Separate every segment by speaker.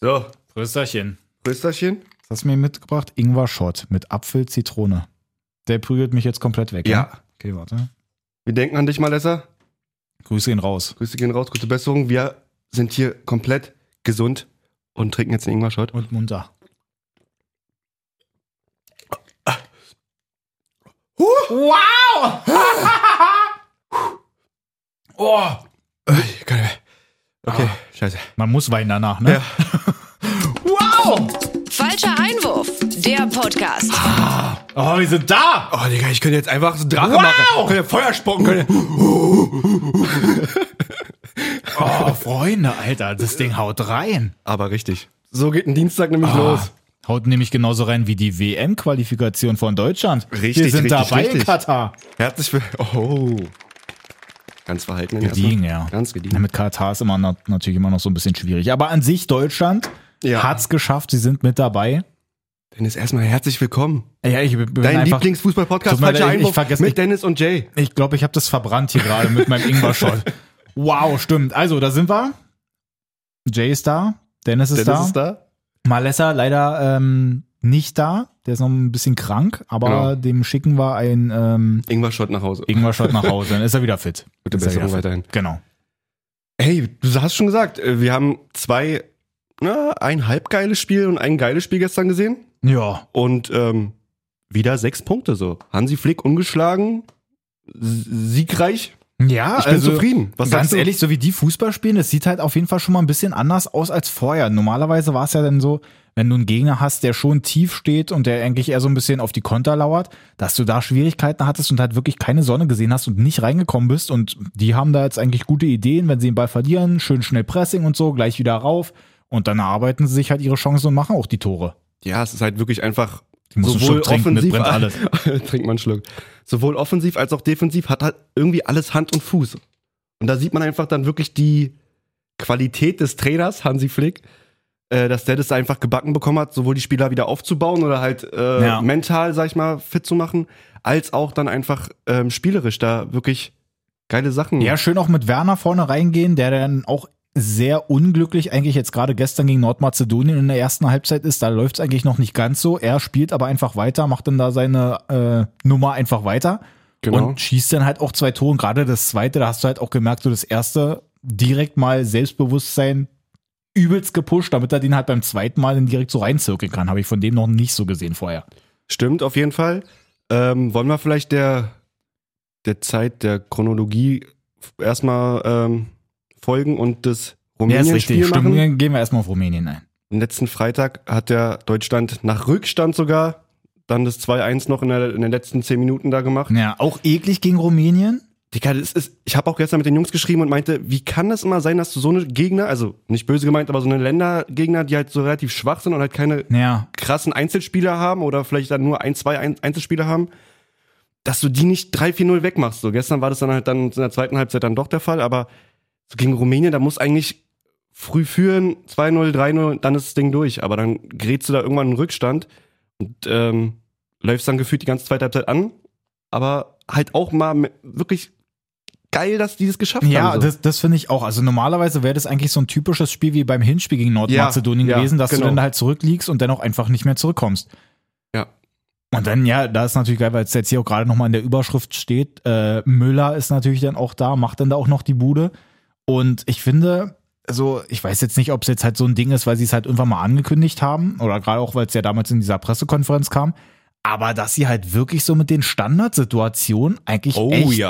Speaker 1: So,
Speaker 2: Prösterchen.
Speaker 1: Prösterchen.
Speaker 3: Was hast du mir mitgebracht? Ingwer-Shot mit Apfel, Zitrone. Der prügelt mich jetzt komplett weg.
Speaker 1: Ja.
Speaker 3: Ne? Okay, warte.
Speaker 1: Wir denken an dich, Malessa.
Speaker 3: Grüße ihn raus.
Speaker 1: Grüße gehen raus, gute Besserung. Wir sind hier komplett gesund und trinken jetzt einen Ingwer-Shot.
Speaker 3: Und munter.
Speaker 2: Wow! oh,
Speaker 1: Ich kann nicht mehr. Okay, scheiße.
Speaker 3: Man muss weinen danach, ne?
Speaker 1: Ah. Ja.
Speaker 2: wow!
Speaker 4: Falscher Einwurf, der Podcast.
Speaker 2: Oh, wir sind da!
Speaker 1: Oh, Digga, ich könnte jetzt einfach so einen Drachen
Speaker 2: Wow!
Speaker 1: machen. Ich könnte Feuer spucken. Könnte.
Speaker 3: Oh, Freunde, Alter, das Ding haut rein.
Speaker 1: Aber richtig. Ah, So geht ein Dienstag nämlich los.
Speaker 3: Haut nämlich genauso rein wie die WM-Qualifikation von Deutschland.
Speaker 1: Richtig,
Speaker 3: Wir sind
Speaker 1: richtig,
Speaker 3: dabei in
Speaker 1: richtig.
Speaker 3: Katar.
Speaker 1: Herzlich willkommen. Oh. Ganz verhalten.
Speaker 3: Gediegen,
Speaker 1: erstmal.
Speaker 3: ja.
Speaker 1: Ganz
Speaker 3: Ja,
Speaker 1: gediegen.
Speaker 3: mit Katar ist immer noch, natürlich immer noch so ein bisschen schwierig. Aber an sich, Deutschland
Speaker 1: Ja.
Speaker 3: hat's geschafft. Sie sind mit dabei.
Speaker 1: Dennis, erstmal herzlich willkommen.
Speaker 3: Ja, ich bin
Speaker 1: Dein
Speaker 3: einfach,
Speaker 1: Lieblingsfußball-Podcast,
Speaker 3: Tut mir
Speaker 1: falscher
Speaker 3: leid, ich- ich
Speaker 1: Einwurf
Speaker 3: vergesse- ich-
Speaker 1: mit Dennis und Jay.
Speaker 3: Ich glaube, ich habe das verbrannt hier gerade mit meinem Ingwer-Shot. Wow, stimmt. Also, da sind wir. Jay ist da. Dennis ist da.
Speaker 1: da?
Speaker 3: Malessa leider ähm, nicht da. Der ist noch ein bisschen krank, aber
Speaker 1: Genau.
Speaker 3: dem schicken wir ein ähm,
Speaker 1: Ingwer-Shot nach Hause.
Speaker 3: Ingwer-Shot nach Hause. Dann ist er wieder fit.
Speaker 1: Gute
Speaker 3: Ist er
Speaker 1: Besserung
Speaker 3: wieder fit.
Speaker 1: weiterhin.
Speaker 3: Genau.
Speaker 1: Hey, du hast schon gesagt, äh, wir haben zwei, na, ein halb geiles Spiel und ein geiles Spiel gestern gesehen.
Speaker 3: Ja,
Speaker 1: Und ähm, wieder sechs Punkte so. Hansi Flick ungeschlagen, s- siegreich.
Speaker 3: Ja,
Speaker 1: Ich bin zufrieden.
Speaker 3: ganz
Speaker 1: Was sagst du?
Speaker 3: ehrlich, so wie die Fußball spielen, das sieht halt auf jeden Fall schon mal ein bisschen anders aus als vorher. Normalerweise war es ja dann so, wenn du einen Gegner hast, der schon tief steht und der eigentlich eher so ein bisschen auf die Konter lauert, dass du da Schwierigkeiten hattest und halt wirklich keine Sonne gesehen hast und nicht reingekommen bist. Und die haben da jetzt eigentlich gute Ideen, wenn sie den Ball verlieren, schön schnell Pressing und so, gleich wieder rauf. Und dann erarbeiten sie sich halt ihre Chancen und machen auch die Tore.
Speaker 1: Ja, es ist halt wirklich einfach
Speaker 3: Die muss einen Schluck trinken, das brennt alles.
Speaker 1: Trinkt man einen Schluck. Sowohl offensiv als auch defensiv hat halt irgendwie alles Hand und Fuß. Und da sieht man einfach dann wirklich die Qualität des Trainers, Hansi Flick, äh, dass der das einfach gebacken bekommen hat, sowohl die Spieler wieder aufzubauen oder halt äh,
Speaker 3: Ja.
Speaker 1: mental, sag ich mal, fit zu machen, als auch dann einfach ähm, spielerisch da wirklich geile Sachen.
Speaker 3: Ja, schön auch mit Werner vorne reingehen, der dann auch sehr unglücklich eigentlich jetzt gerade gestern gegen Nordmazedonien in der ersten Halbzeit ist. Da läuft es eigentlich noch nicht ganz so. Er spielt aber einfach weiter, macht dann da seine äh, Nummer einfach weiter
Speaker 1: genau.
Speaker 3: und schießt dann halt auch zwei Tore. Und gerade das zweite, da hast du halt auch gemerkt, so das erste direkt mal Selbstbewusstsein übelst gepusht, damit er den halt beim zweiten Mal dann direkt so reinzirkeln kann. Habe ich von dem noch nicht so gesehen vorher.
Speaker 1: Stimmt, auf jeden Fall. Ähm, wollen wir vielleicht der, der Zeit, der Chronologie f- erstmal ähm, folgen und das Rumänien-Spiel machen?
Speaker 3: Stimmt, gehen wir erstmal auf Rumänien ein.
Speaker 1: Am letzten Freitag hat ja Deutschland nach Rückstand sogar dann das 2-1 noch in, der, in den letzten 10 Minuten da gemacht.
Speaker 3: Ja, auch eklig gegen Rumänien.
Speaker 1: Digga, das ist, ich habe auch gestern mit den Jungs geschrieben und meinte, wie kann das immer sein, dass du so eine Gegner, also nicht böse gemeint, aber so eine Ländergegner, die halt so relativ schwach sind und halt keine
Speaker 3: Ja,
Speaker 1: krassen Einzelspieler haben oder vielleicht dann nur ein, zwei Ein- Einzelspieler haben, dass du die nicht 3-4-0 wegmachst. So, gestern war das dann halt dann in der zweiten Halbzeit dann doch der Fall, aber so gegen Rumänien, da muss eigentlich früh führen, 2-0, 3-0, dann ist das Ding durch. Aber dann gerätst du da irgendwann in den Rückstand und ähm, läufst dann gefühlt die ganze zweite Halbzeit an, aber halt auch mal mit- wirklich geil, dass die das geschafft
Speaker 3: Ja,
Speaker 1: haben. So.
Speaker 3: das, das finde ich auch. Also normalerweise wäre das eigentlich so ein typisches Spiel wie beim Hinspiel gegen Nordmazedonien
Speaker 1: Ja, ja,
Speaker 3: gewesen, dass
Speaker 1: genau.
Speaker 3: du dann halt zurückliegst und dann auch einfach nicht mehr zurückkommst.
Speaker 1: Ja.
Speaker 3: Und dann, ja, da ist natürlich geil, weil es jetzt hier auch gerade nochmal in der Überschrift steht. Äh, Müller ist natürlich dann auch da, macht dann da auch noch die Bude. Und ich finde, also ich weiß jetzt nicht, ob es jetzt halt so ein Ding ist, weil sie es halt irgendwann mal angekündigt haben oder gerade auch, weil es ja damals in dieser Pressekonferenz kam. Aber dass sie halt wirklich so mit den Standardsituationen eigentlich
Speaker 1: Oh
Speaker 3: echt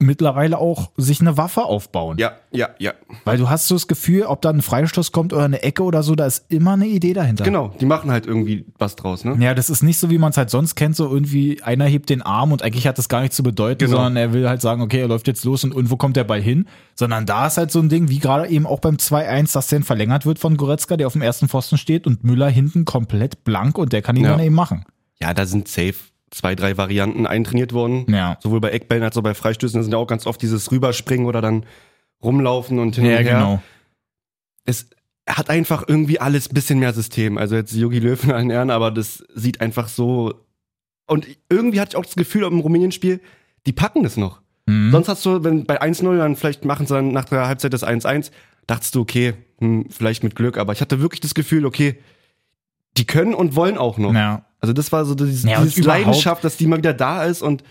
Speaker 3: mittlerweile auch sich eine Waffe aufbauen.
Speaker 1: Ja, ja, ja.
Speaker 3: Weil du hast so das Gefühl, ob da ein Freistoß kommt oder eine Ecke oder so, da ist immer eine Idee dahinter.
Speaker 1: Genau, die machen halt irgendwie was draus, ne?
Speaker 3: Ja, das ist nicht so, wie man es halt sonst kennt, so irgendwie einer hebt den Arm und eigentlich hat das gar nichts zu bedeuten,
Speaker 1: Genau.
Speaker 3: sondern er will halt sagen, okay, er läuft jetzt los und irgendwo kommt der Ball hin. Sondern da ist halt so ein Ding, wie gerade eben auch beim 2-1, dass der verlängert wird von Goretzka, der auf dem ersten Pfosten steht und Müller hinten komplett blank und der kann ihn
Speaker 1: Ja.
Speaker 3: dann eben machen.
Speaker 1: Ja, da sind safe zwei, drei Varianten eintrainiert worden.
Speaker 3: Ja.
Speaker 1: Sowohl bei Eckbällen als auch bei Freistößen. Da sind ja auch ganz oft dieses Rüberspringen oder dann rumlaufen und hin und her.
Speaker 3: genau.
Speaker 1: Es hat einfach irgendwie alles ein bisschen mehr System. Also jetzt Yogi Löw in allen Ehren, aber das sieht einfach so. Und irgendwie hatte ich auch das Gefühl, im Rumänien-Spiel, die packen das noch.
Speaker 3: Mhm.
Speaker 1: Sonst hast du, wenn bei 1-0, dann vielleicht machen sie dann nach der Halbzeit das 1-1. dachtest du, okay, hm, vielleicht mit Glück, aber ich hatte wirklich das Gefühl, okay, die können und wollen auch noch.
Speaker 3: Ja.
Speaker 1: Also das war so dieses,
Speaker 3: Ja, und
Speaker 1: dieses
Speaker 3: überhaupt-
Speaker 1: Leidenschaft, dass die mal wieder da ist und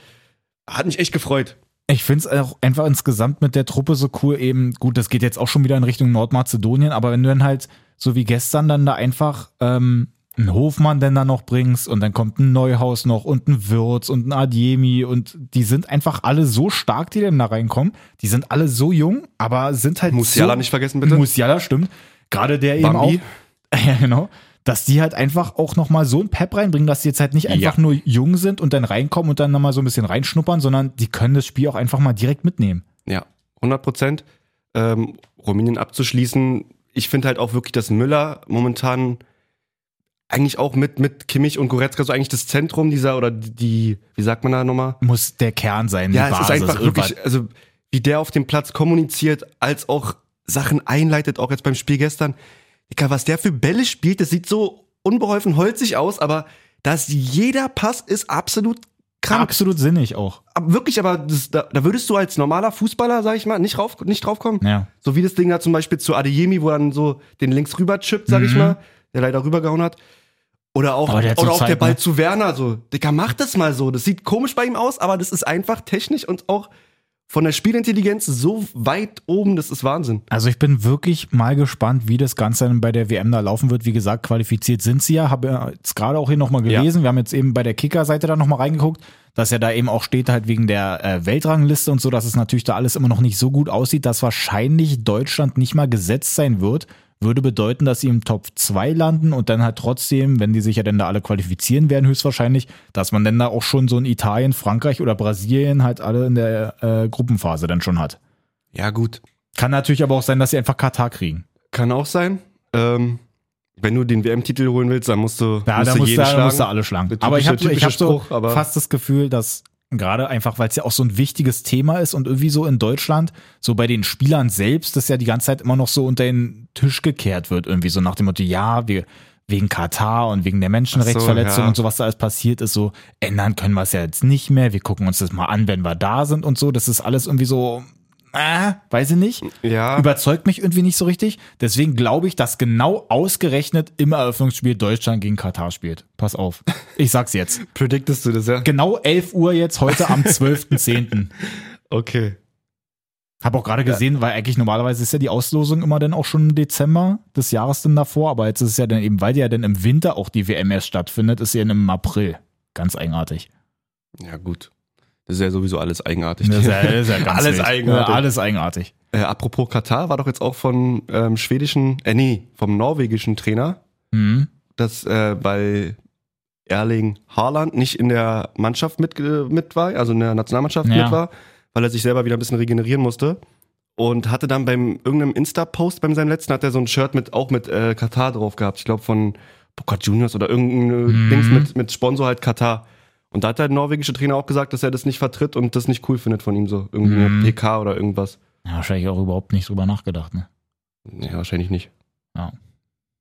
Speaker 1: hat mich echt gefreut.
Speaker 3: Ich finde es auch einfach insgesamt mit der Truppe so cool, eben, gut, das geht jetzt auch schon wieder in Richtung Nordmazedonien, aber wenn du dann halt, so wie gestern, dann da einfach ähm, einen Hofmann denn da noch bringst und dann kommt ein Neuhaus noch und ein Würz und ein Adjemi und die sind einfach alle so stark, die denn da reinkommen. Die sind alle so jung, aber sind halt
Speaker 1: Musiala
Speaker 3: so,
Speaker 1: nicht vergessen, bitte.
Speaker 3: Musiala, stimmt. Gerade der
Speaker 1: Bambi.
Speaker 3: eben auch. Ja, genau. Dass die halt einfach auch nochmal so ein Pep reinbringen, dass die jetzt halt nicht einfach nur jung sind und dann reinkommen und dann nochmal so ein bisschen reinschnuppern, sondern die können das Spiel auch einfach mal direkt mitnehmen.
Speaker 1: Ja, 100 Prozent. Ähm, Rumänien abzuschließen. Ich finde halt auch wirklich, dass Müller momentan eigentlich auch mit, mit Kimmich und Goretzka so eigentlich das Zentrum dieser oder die, wie sagt man da nochmal?
Speaker 3: Muss der Kern sein.
Speaker 1: Ja,
Speaker 3: die
Speaker 1: es ist
Speaker 3: Basis,
Speaker 1: einfach
Speaker 3: irgendwas.
Speaker 1: wirklich, also wie der auf dem Platz kommuniziert, als auch Sachen einleitet, auch jetzt beim Spiel gestern. Digga, was der für Bälle spielt, das sieht so unbeholfen holzig aus, aber dass jeder Pass ist absolut krank.
Speaker 3: absolut sinnig auch.
Speaker 1: Aber wirklich, aber das, da, da würdest du als normaler Fußballer, sag ich mal, nicht, rauf, nicht draufkommen.
Speaker 3: Ja.
Speaker 1: So wie das Ding da zum Beispiel zu Adeyemi, wo er dann so den links rüber chippt, sag ich
Speaker 3: Mhm.
Speaker 1: mal, der leider rübergehauen hat. Oder auch,
Speaker 3: Aber der hat
Speaker 1: oder
Speaker 3: so
Speaker 1: auch
Speaker 3: Zeit,
Speaker 1: der Ball
Speaker 3: ne?
Speaker 1: zu Werner so. Digga, mach das mal so. Das sieht komisch bei ihm aus, aber das ist einfach technisch und auch von der Spielintelligenz so weit oben, das ist Wahnsinn.
Speaker 3: Also ich bin wirklich mal gespannt, wie das Ganze dann bei der WM da laufen wird. Wie gesagt, qualifiziert sind sie ja. Habe ja jetzt gerade auch hier nochmal
Speaker 1: Ja.
Speaker 3: gelesen. Wir haben jetzt eben bei der Kicker-Seite da nochmal reingeguckt, dass ja da eben auch steht halt wegen der äh, Weltrangliste und so, dass es natürlich da alles immer noch nicht so gut aussieht, dass wahrscheinlich Deutschland nicht mal gesetzt sein wird. Würde bedeuten, dass sie im Top 2 landen und dann halt trotzdem, wenn die sich ja dann da alle qualifizieren werden, höchstwahrscheinlich, dass man dann da auch schon so in Italien, Frankreich oder Brasilien halt alle in der äh, Gruppenphase dann schon hat.
Speaker 1: Ja, gut.
Speaker 3: Kann natürlich aber auch sein, dass sie einfach Katar kriegen.
Speaker 1: Kann auch sein. Ähm, wenn du den WM-Titel holen willst, dann musst du,
Speaker 3: Ja,
Speaker 1: musst
Speaker 3: da
Speaker 1: du
Speaker 3: musst du,
Speaker 1: jeden
Speaker 3: da
Speaker 1: schlagen.
Speaker 3: musst du alle schlagen.
Speaker 1: Der
Speaker 3: aber ich habe
Speaker 1: typische-
Speaker 3: ich hab
Speaker 1: typische
Speaker 3: so
Speaker 1: Spruch, aber-
Speaker 3: fast das Gefühl, dass gerade einfach, weil es ja auch so ein wichtiges Thema ist und irgendwie so in Deutschland, so bei den Spielern selbst, das ja die ganze Zeit immer noch so unter den Tisch gekehrt wird, irgendwie so nach dem Motto, ja, wir wegen Katar und wegen der Menschenrechtsverletzung
Speaker 1: Ach so, ja.
Speaker 3: und so, was da alles passiert ist, so ändern können wir es ja jetzt nicht mehr, wir gucken uns das mal an, wenn wir da sind und so, das ist alles irgendwie so, äh, weiß ich nicht
Speaker 1: ja.
Speaker 3: überzeugt mich irgendwie nicht so richtig. Deswegen glaube ich, dass genau ausgerechnet im Eröffnungsspiel Deutschland gegen Katar spielt. Pass auf. Ich sag's jetzt.
Speaker 1: Predictest du das, ja?
Speaker 3: Genau 11 Uhr jetzt heute am 12.10.
Speaker 1: Okay.
Speaker 3: Hab auch gerade gesehen, weil eigentlich normalerweise ist ja die Auslosung immer dann auch schon im Dezember des Jahres dann davor, aber jetzt ist es ja dann eben, weil ja dann im Winter auch die WM erst stattfindet, ist ja dann im April. Ganz eigenartig.
Speaker 1: Ja, gut. Das ist ja sowieso alles eigenartig.
Speaker 3: Das ist ja, das ist ja ganz
Speaker 1: Alles
Speaker 3: wild.
Speaker 1: eigenartig.
Speaker 3: Ja, alles eigenartig.
Speaker 1: Äh, apropos Katar, war doch jetzt auch von ähm, schwedischen, äh nee, vom norwegischen Trainer,
Speaker 3: Mhm.
Speaker 1: dass äh, weil Erling Haaland nicht in der Mannschaft mit, äh, mit war, also in der Nationalmannschaft
Speaker 3: Ja.
Speaker 1: mit war, weil er sich selber wieder ein bisschen regenerieren musste. Und hatte dann beim irgendeinem Insta-Post beim seinem letzten, hat er so ein Shirt mit auch mit äh, Katar drauf gehabt. Ich glaube von Boca Juniors oder irgendein
Speaker 3: Mhm.
Speaker 1: äh, Dings mit, mit Sponsor halt Katar. Und da hat der norwegische Trainer auch gesagt, dass er das nicht vertritt und das nicht cool findet von ihm so. Irgendwie
Speaker 3: Mhm.
Speaker 1: eine PK oder irgendwas.
Speaker 3: Ja, wahrscheinlich auch überhaupt nicht drüber nachgedacht, ne?
Speaker 1: Ja, wahrscheinlich nicht.
Speaker 3: Ja.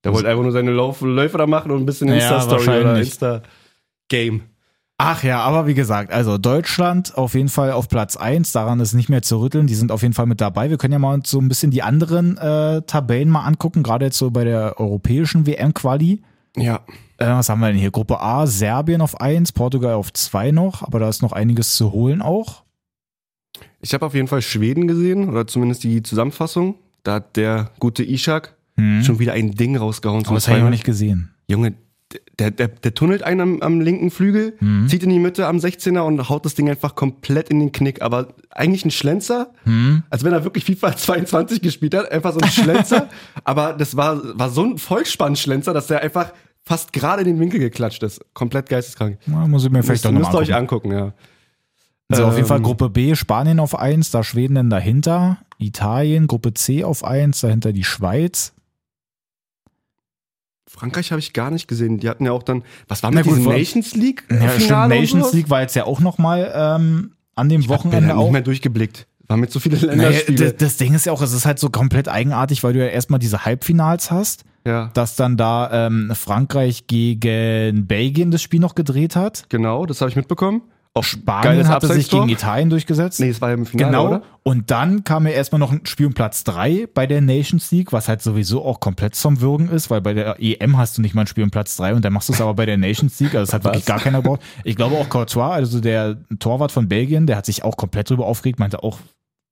Speaker 1: Der wollte einfach nur seine Lauf Läufe da machen und ein bisschen
Speaker 3: Ja,
Speaker 1: Insta-Story oder
Speaker 3: wahrscheinlich.
Speaker 1: Insta-Game.
Speaker 3: Ach ja, aber wie gesagt, also Deutschland auf jeden Fall auf Platz 1, daran ist nicht mehr zu rütteln, die sind auf jeden Fall mit dabei. Wir können ja mal uns so ein bisschen die anderen äh, Tabellen mal angucken, gerade jetzt so bei der europäischen WM-Quali.
Speaker 1: Ja.
Speaker 3: Äh, was haben wir denn hier? Gruppe A, Serbien auf 1, Portugal auf 2 noch, aber da ist noch einiges zu holen auch.
Speaker 1: Ich habe auf jeden Fall Schweden gesehen oder zumindest die Zusammenfassung. Da hat der gute Ishak
Speaker 3: Hm.
Speaker 1: schon wieder ein Ding rausgehauen. zum
Speaker 3: aber das habe ich noch
Speaker 1: Zweiten.
Speaker 3: nicht gesehen.
Speaker 1: Junge, der, der, der tunnelt einen am, am linken Flügel,
Speaker 3: Mhm.
Speaker 1: zieht in die Mitte am 16er und haut das Ding einfach komplett in den Knick. Aber eigentlich ein Schlenzer,
Speaker 3: Hm.
Speaker 1: als wenn er wirklich FIFA 22 gespielt hat. Einfach so ein Schlenzer. aber das war, war so ein Vollspann-Schlenzer, dass der einfach fast gerade in den Winkel geklatscht ist. Komplett geisteskrank.
Speaker 3: Na, muss ich mir vielleicht
Speaker 1: Müsst,
Speaker 3: doch noch
Speaker 1: müsst
Speaker 3: mal
Speaker 1: ihr euch
Speaker 3: angucken.
Speaker 1: angucken, ja.
Speaker 3: Also auf jeden Fall
Speaker 1: Ähm,
Speaker 3: Gruppe B, Spanien auf 1, da Schweden dann dahinter, Italien, Gruppe C auf 1, dahinter die Schweiz.
Speaker 1: Frankreich habe ich gar nicht gesehen. Die hatten ja auch dann, was war mit
Speaker 3: gut,
Speaker 1: diesem
Speaker 3: vor-
Speaker 1: Nations League?
Speaker 3: Ja, stimmt.
Speaker 1: Finale und
Speaker 3: Nations
Speaker 1: sowas?
Speaker 3: League war jetzt ja auch nochmal ähm, an dem
Speaker 1: Bin
Speaker 3: Wochenende
Speaker 1: halt nicht
Speaker 3: auch.
Speaker 1: mehr durchgeblickt. War mit so viele
Speaker 3: Naja,
Speaker 1: Länderspiele.
Speaker 3: das, das Ding ist ja auch, es ist halt so komplett eigenartig, weil du ja erstmal diese Halbfinals hast,
Speaker 1: ja,
Speaker 3: dass dann da ähm, Frankreich gegen Belgien das Spiel noch gedreht hat.
Speaker 1: genau, das habe ich mitbekommen.
Speaker 3: Spanien hatte sich
Speaker 1: Abseitstor.
Speaker 3: gegen Italien durchgesetzt.
Speaker 1: Nee, es war ja im Finale,
Speaker 3: Genau.
Speaker 1: oder?
Speaker 3: Und dann kam ja erstmal noch ein Spiel um Platz 3 bei der Nations League, was halt sowieso auch komplett zum Würgen ist, weil bei der EM hast du nicht mal ein Spiel um Platz 3 und dann machst du es aber bei der Nations League. Also es hat wirklich gar keiner gebraucht. Ich glaube auch Courtois, also der Torwart von Belgien, der hat sich auch komplett drüber aufgeregt, meinte auch,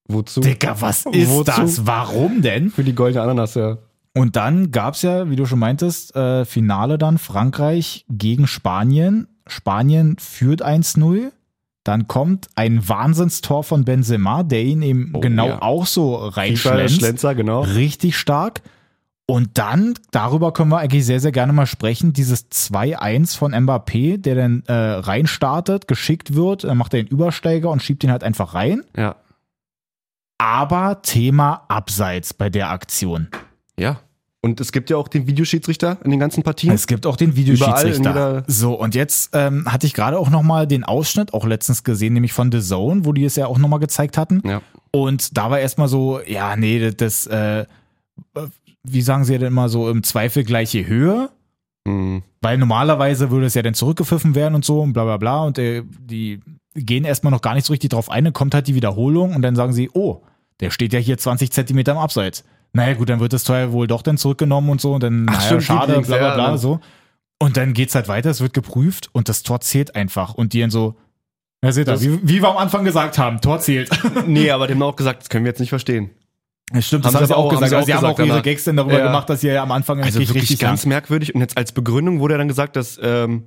Speaker 1: Wozu?
Speaker 3: Dicker, was ist
Speaker 1: Wozu?
Speaker 3: das? Warum denn?
Speaker 1: Für die goldene Ananas, ja.
Speaker 3: Und dann gab's ja, wie du schon meintest, äh, Finale dann Frankreich gegen Spanien. Spanien führt 1-0. Dann kommt ein Wahnsinnstor von Benzema, der ihn eben genau
Speaker 1: ja.
Speaker 3: auch so
Speaker 1: Schlenzer,
Speaker 3: reinschlenzt.
Speaker 1: Schlenzer, genau.
Speaker 3: Richtig stark. Und dann, darüber können wir eigentlich sehr, sehr gerne mal sprechen, dieses 2-1 von Mbappé, der dann äh, reinstartet, geschickt wird, dann macht er den Übersteiger und schiebt ihn halt einfach rein.
Speaker 1: Ja.
Speaker 3: Aber Thema Abseits bei der Aktion.
Speaker 1: Ja. Und es gibt ja auch den Videoschiedsrichter in den ganzen Partien.
Speaker 3: Es gibt auch den
Speaker 1: Überall in
Speaker 3: Videoschiedsrichter.
Speaker 1: jeder-
Speaker 3: So, und jetzt ähm, hatte ich gerade auch nochmal den Ausschnitt auch letztens gesehen, nämlich von The Zone, wo die es ja auch nochmal gezeigt hatten.
Speaker 1: Ja.
Speaker 3: Und da war erstmal so, ja, nee, das, das äh, äh, wie sagen sie ja denn immer so, im Zweifel gleiche Höhe.
Speaker 1: Mhm.
Speaker 3: Weil normalerweise würde es ja dann zurückgepfiffen werden und so und bla bla bla. Und äh, die gehen erstmal noch gar nicht so richtig drauf ein, dann kommt halt die Wiederholung und dann sagen sie, oh, der steht ja hier 20 Zentimeter im Abseits. Naja, gut, dann wird das Teil wohl doch dann zurückgenommen und so und dann, naja,
Speaker 1: stimmt,
Speaker 3: schade,
Speaker 1: Lieblings,
Speaker 3: bla bla
Speaker 1: ja,
Speaker 3: bla,
Speaker 1: ne?
Speaker 3: so. Und dann geht's halt weiter, es wird geprüft und das Tor zählt einfach. Und die dann so, ja, seht ihr,
Speaker 1: Das-
Speaker 3: wie, wie wir am Anfang gesagt haben, Tor zählt.
Speaker 1: Nee, aber dem auch gesagt, das können wir jetzt nicht verstehen.
Speaker 3: Stimmt,
Speaker 1: das haben sie auch gesagt.
Speaker 3: Also, sie haben auch ihre
Speaker 1: danach.
Speaker 3: Gags dann darüber
Speaker 1: Ja.
Speaker 3: gemacht, dass sie ja am Anfang
Speaker 1: Also
Speaker 3: nicht
Speaker 1: wirklich ganz merkwürdig. Und jetzt als Begründung wurde dann gesagt, dass ähm,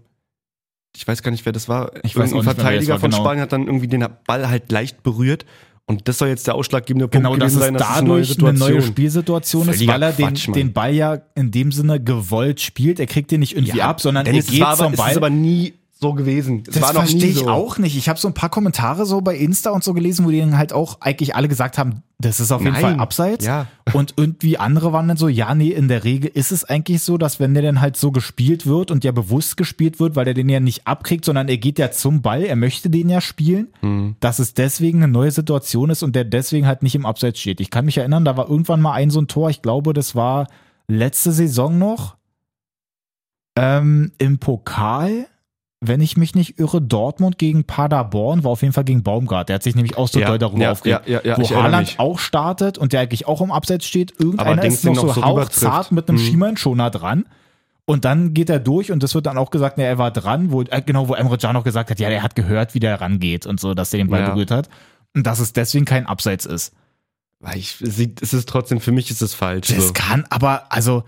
Speaker 1: ich weiß gar nicht, wer das war.
Speaker 3: Ich weiß auch nicht mehr, wer das
Speaker 1: Verteidiger
Speaker 3: war,
Speaker 1: von
Speaker 3: genau.
Speaker 1: Spanien hat dann irgendwie den Ball halt leicht berührt. Und das soll jetzt der ausschlaggebende Punkt
Speaker 3: genau, dass
Speaker 1: gewesen
Speaker 3: es
Speaker 1: sein, dass es
Speaker 3: dadurch eine neue
Speaker 1: Situation-
Speaker 3: Spielsituation ist,
Speaker 1: Völliger
Speaker 3: weil er den,
Speaker 1: Quatsch, Mann.
Speaker 3: den Ball ja in dem Sinne gewollt spielt. Er kriegt den nicht irgendwie ab, sondern er
Speaker 1: Dennis, es
Speaker 3: geht
Speaker 1: war aber,
Speaker 3: zum
Speaker 1: Es
Speaker 3: Ball.
Speaker 1: ist aber nie so gewesen. Es
Speaker 3: das
Speaker 1: war noch nie
Speaker 3: verstehe ich
Speaker 1: so.
Speaker 3: auch nicht. Ich habe so ein paar Kommentare so bei Insta und so gelesen, wo die dann halt auch eigentlich alle gesagt haben, das ist auf jeden
Speaker 1: Nein.
Speaker 3: Fall abseits.
Speaker 1: Ja.
Speaker 3: Und irgendwie andere waren dann so, ja, nee, in der Regel ist es eigentlich so, dass wenn der dann halt so gespielt wird und ja bewusst gespielt wird, weil der den ja nicht abkriegt, sondern er geht ja zum Ball, er möchte den ja spielen, dass es deswegen eine neue Situation ist und der deswegen halt nicht im Abseits steht. Ich kann mich erinnern, da war irgendwann mal ein so ein Tor, ich glaube, das war letzte Saison noch ähm, im Pokal. Wenn ich mich nicht irre, Dortmund gegen Paderborn war auf jeden Fall gegen Baumgart. Der hat sich nämlich auch so
Speaker 1: Ja,
Speaker 3: doll darüber
Speaker 1: ja,
Speaker 3: aufgeregt.
Speaker 1: ja, ja, ja,
Speaker 3: wo
Speaker 1: ich erinnere
Speaker 3: Haaland
Speaker 1: mich.
Speaker 3: auch startet und der eigentlich auch im Abseits steht. Irgendeiner
Speaker 1: Aber
Speaker 3: ist noch
Speaker 1: Dings den
Speaker 3: so
Speaker 1: noch so
Speaker 3: hauchzart
Speaker 1: rübertrifft.
Speaker 3: mit einem
Speaker 1: Mhm.
Speaker 3: Schienbeinschoner dran. Und dann geht er durch und das wird dann auch gesagt, ne, er war dran, wo, äh, genau, wo Emre Can auch gesagt hat, ja, der hat gehört, wie der rangeht und so, dass der den Ball
Speaker 1: Ja.
Speaker 3: berührt hat. Und dass es deswegen kein Abseits ist.
Speaker 1: Weil Ich, sie- es ist trotzdem, für mich ist es falsch.
Speaker 3: Das
Speaker 1: halt so.
Speaker 3: kann, aber also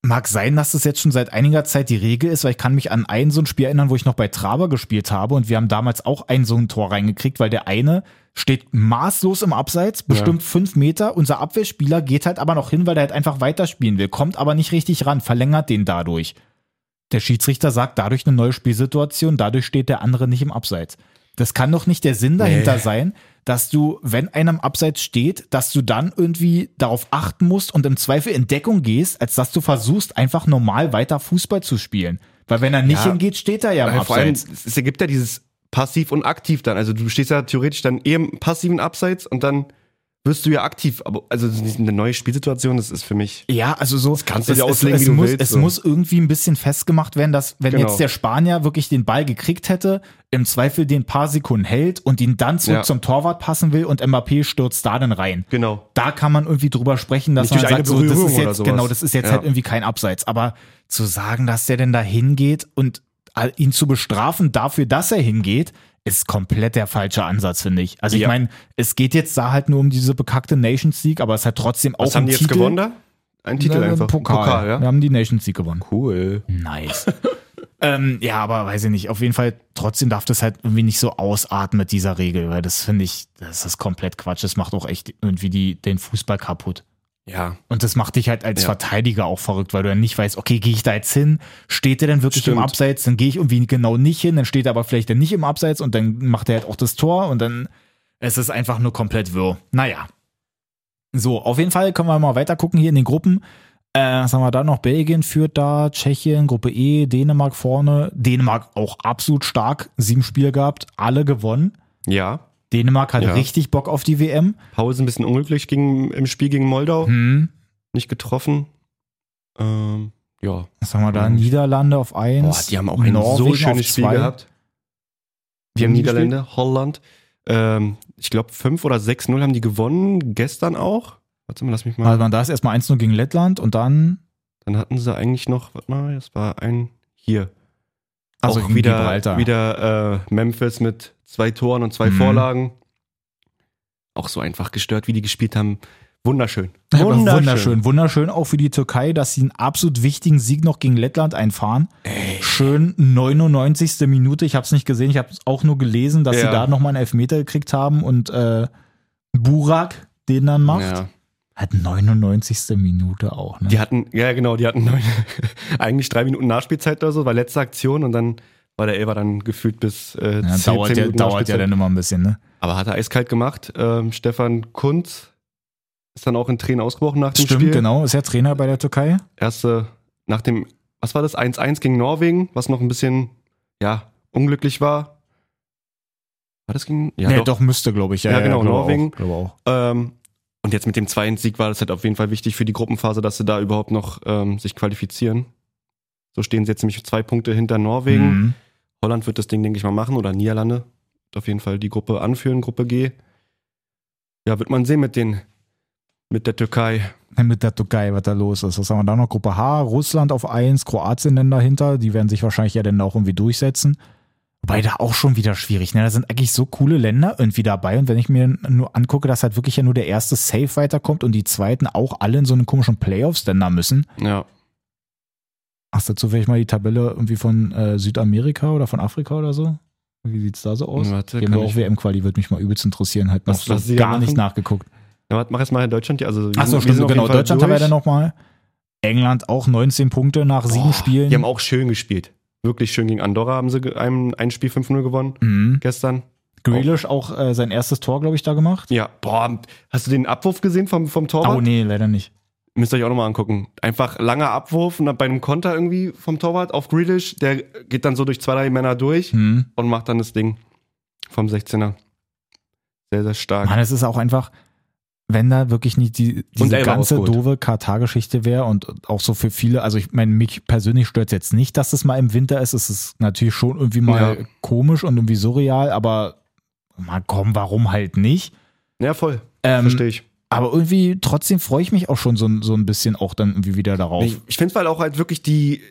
Speaker 3: mag sein, dass das jetzt schon seit einiger Zeit die Regel ist, weil ich kann mich an ein so ein Spiel erinnern, wo ich noch bei Traber gespielt habe und wir haben damals auch ein so ein Tor reingekriegt, weil der eine steht maßlos im Abseits, bestimmt fünf Meter. Unser Abwehrspieler geht halt aber noch hin, weil der halt einfach weiterspielen will, kommt aber nicht richtig ran, verlängert den dadurch. Der Schiedsrichter sagt dadurch eine neue Spielsituation, dadurch steht der andere nicht im Abseits. Das kann doch nicht der Sinn dahinter sein, dass du, wenn einem Abseits steht, dass du dann irgendwie darauf achten musst und im Zweifel in Deckung gehst, als dass du versuchst, einfach normal weiter Fußball zu spielen. Weil wenn er nicht
Speaker 1: Ja.
Speaker 3: hingeht, steht er ja im
Speaker 1: Weil vor allem,
Speaker 3: Abseits.
Speaker 1: es es ergibt ja dieses Passiv und Aktiv dann. Also du stehst ja theoretisch dann eher im passiven Abseits und dann wirst du ja aktiv. Aber also eine neue Spielsituation, das ist für mich.
Speaker 3: Ja, also so.
Speaker 1: kannst du
Speaker 3: es,
Speaker 1: dir auslegen,
Speaker 3: es, es
Speaker 1: wie du
Speaker 3: muss,
Speaker 1: willst,
Speaker 3: Es
Speaker 1: so.
Speaker 3: muss irgendwie ein bisschen festgemacht werden, dass wenn
Speaker 1: Genau.
Speaker 3: jetzt der Spanier wirklich den Ball gekriegt hätte, im Zweifel den paar Sekunden hält und ihn dann zurück
Speaker 1: Ja.
Speaker 3: zum Torwart passen will und Mbappé stürzt da dann rein.
Speaker 1: Genau.
Speaker 3: Da kann man irgendwie drüber sprechen, dass man
Speaker 1: Nicht durch
Speaker 3: sagt,
Speaker 1: eine
Speaker 3: so, das
Speaker 1: Berührung
Speaker 3: ist
Speaker 1: oder
Speaker 3: jetzt,
Speaker 1: sowas.
Speaker 3: genau, das ist jetzt
Speaker 1: Ja.
Speaker 3: halt irgendwie kein Abseits. Aber zu sagen, dass der denn da hingeht und all- ihn zu bestrafen dafür, dass er hingeht, ist komplett der falsche Ansatz, finde ich. Also ich
Speaker 1: Ja.
Speaker 3: meine, es geht jetzt da halt nur um diese bekackte Nations League, aber es hat trotzdem auch
Speaker 1: Was haben
Speaker 3: einen
Speaker 1: die jetzt
Speaker 3: Titel.
Speaker 1: gewonnen da? Ein Titel
Speaker 3: Äh,
Speaker 1: einfach.
Speaker 3: Pokal. Wir
Speaker 1: ja.
Speaker 3: haben die Nations League gewonnen.
Speaker 1: Cool.
Speaker 3: Nice. ähm, ja, aber weiß ich nicht. Auf jeden Fall, trotzdem darf das halt irgendwie nicht so ausatmen mit dieser Regel, weil das finde ich, das ist komplett Quatsch. Das macht auch echt irgendwie die, den Fußball kaputt.
Speaker 1: Ja.
Speaker 3: Und das macht dich halt als
Speaker 1: Ja.
Speaker 3: Verteidiger auch verrückt, weil du dann nicht weißt, okay, gehe ich da jetzt hin? Steht der denn wirklich im
Speaker 1: Stimmt.
Speaker 3: Abseits? Dann gehe ich irgendwie genau nicht hin, dann steht er aber vielleicht dann nicht im Abseits und dann macht er halt auch das Tor und dann es ist einfach nur komplett wirr. Naja. So, auf jeden Fall können wir mal weiter gucken hier in den Gruppen. Äh, was haben wir da noch? Belgien führt da, Tschechien, Gruppe E, Dänemark vorne. Dänemark auch absolut stark. Sieben Spiele gehabt, alle gewonnen.
Speaker 1: Ja.
Speaker 3: Dänemark hat
Speaker 1: Ja.
Speaker 3: richtig Bock auf die WM.
Speaker 1: Paul ist ein bisschen unglücklich gegen, im Spiel gegen Moldau.
Speaker 3: Hm.
Speaker 1: Nicht getroffen. Ähm, ja.
Speaker 3: Was haben wir da?
Speaker 1: Mhm.
Speaker 3: Niederlande auf 1.
Speaker 1: Boah, die haben auch ein so schönes Spiel gehabt.
Speaker 3: Wie haben die
Speaker 1: Niederländer, Holland. Ähm, ich glaube, 5 oder 6-0 haben die gewonnen, gestern auch. Warte mal, lass mich mal.
Speaker 3: Also man da ist erstmal 1-0 gegen Lettland und dann
Speaker 1: Dann hatten sie eigentlich noch, warte mal, das war ein hier.
Speaker 3: also
Speaker 1: auch
Speaker 3: gegen
Speaker 1: wieder,
Speaker 3: Gibraltar.
Speaker 1: wieder äh, Memphis mit zwei Toren und zwei
Speaker 3: Mhm.
Speaker 1: Vorlagen. Auch so einfach gestört, wie die gespielt haben. Wunderschön.
Speaker 3: Aber wunderschön, wunderschön auch für die Türkei, dass sie einen absolut wichtigen Sieg noch gegen Lettland einfahren. Schön 99. Minute, ich habe es nicht gesehen, ich habe es auch nur gelesen, dass sie
Speaker 1: Ja.
Speaker 3: da nochmal einen Elfmeter gekriegt haben und äh, Burak den dann macht.
Speaker 1: Ja.
Speaker 3: Hat 99. Minute auch. Ne?
Speaker 1: Die hatten, ja genau, die hatten neun, eigentlich drei Minuten Nachspielzeit oder so, war letzte Aktion und dann war der Elber dann gefühlt bis äh,
Speaker 3: Ja,
Speaker 1: zehn,
Speaker 3: dauert ja,
Speaker 1: zehn Minuten
Speaker 3: dauert ja
Speaker 1: Nachspielzeit.
Speaker 3: dann immer ein bisschen, ne?
Speaker 1: Aber hat er eiskalt gemacht. Ähm, Stefan Kunz ist dann auch in Tränen ausgebrochen nach dem
Speaker 3: Stimmt,
Speaker 1: Spiel.
Speaker 3: genau. Ist ja Trainer bei der Türkei.
Speaker 1: Erste, nach dem, was war das, 1-1 gegen Norwegen, was noch ein bisschen, ja, unglücklich war. War das gegen, ja,
Speaker 3: nee,
Speaker 1: doch.
Speaker 3: doch. müsste, glaube ich. Ja,
Speaker 1: Ja,
Speaker 3: ja,
Speaker 1: genau,
Speaker 3: glaube
Speaker 1: Norwegen.
Speaker 3: Auch, glaube auch.
Speaker 1: Ähm, und jetzt mit dem 2-1-Sieg war das halt auf jeden Fall wichtig für die Gruppenphase, dass sie da überhaupt noch ähm, sich qualifizieren. So stehen sie jetzt nämlich zwei Punkte hinter Norwegen.
Speaker 3: Mhm.
Speaker 1: Holland wird das Ding, denke ich mal, machen oder Niederlande. Wird auf jeden Fall die Gruppe anführen, Gruppe G. Ja, wird man sehen mit den, mit der Türkei.
Speaker 3: Mit der Türkei, was da los ist. Was haben wir da noch? Gruppe H, Russland auf 1, Kroatien dann dahinter. Die werden sich wahrscheinlich ja dann auch irgendwie durchsetzen. Wobei da auch schon wieder schwierig. Ne? Da sind eigentlich so coole Länder irgendwie dabei. Und wenn ich mir nur angucke, dass halt wirklich ja nur der erste Safe weiterkommt und die zweiten auch alle in so einen komischen Playoffs dann da müssen.
Speaker 1: Ja.
Speaker 3: Ach, dazu vielleicht mal die Tabelle irgendwie von äh, Südamerika oder von Afrika oder so. Wie sieht's da so aus?
Speaker 1: Warte,
Speaker 3: Die haben
Speaker 1: kann
Speaker 3: wir auch
Speaker 1: ich-
Speaker 3: WM-Quali, würde mich mal übelst interessieren. Halt noch
Speaker 1: Was- was
Speaker 3: so
Speaker 1: sie da
Speaker 3: gar nicht
Speaker 1: machen?
Speaker 3: nachgeguckt.
Speaker 1: ja mach jetzt mal in Deutschland. die- Also, wir
Speaker 3: Achso,
Speaker 1: sind- wir sind
Speaker 3: stimmt,
Speaker 1: auf jeden
Speaker 3: genau.
Speaker 1: Fall
Speaker 3: Deutschland haben wir
Speaker 1: durch.
Speaker 3: dann nochmal. England auch 19 Punkte nach sieben
Speaker 1: Boah,
Speaker 3: Spielen.
Speaker 1: Oh, Die haben auch schön gespielt. Wirklich schön gegen Andorra haben sie ge- ein, ein Spiel 5-0 gewonnen
Speaker 3: Mhm.
Speaker 1: gestern.
Speaker 3: Grealish auch äh, sein erstes Tor, glaube ich, da gemacht.
Speaker 1: Ja, boah, hast du den Abwurf gesehen vom, vom Torwart?
Speaker 3: Oh, nee, leider nicht.
Speaker 1: Müsst ihr euch auch nochmal angucken. Einfach langer Abwurf und dann bei einem Konter irgendwie vom Torwart auf Grealish. Der geht dann so durch zwei, drei Männer durch
Speaker 3: Mhm.
Speaker 1: und macht dann das Ding vom 16er. Sehr, sehr stark.
Speaker 3: Mann, es ist auch einfach, wenn da wirklich nicht die, diese
Speaker 1: Und Elber
Speaker 3: ganze
Speaker 1: rausgeholt.
Speaker 3: doofe Katar-Geschichte wäre und auch so für viele, also ich meine, mich persönlich stört jetzt nicht, dass es mal im Winter ist. Es ist natürlich schon irgendwie mal
Speaker 1: Ja.
Speaker 3: komisch und irgendwie surreal, aber mal komm, warum halt nicht?
Speaker 1: Ja, voll.
Speaker 3: Ähm,
Speaker 1: Verstehe ich.
Speaker 3: Aber irgendwie trotzdem freue ich mich auch schon so, ein- so ein bisschen auch dann irgendwie wieder darauf.
Speaker 1: Ich, ich finde es, weil auch halt wirklich die,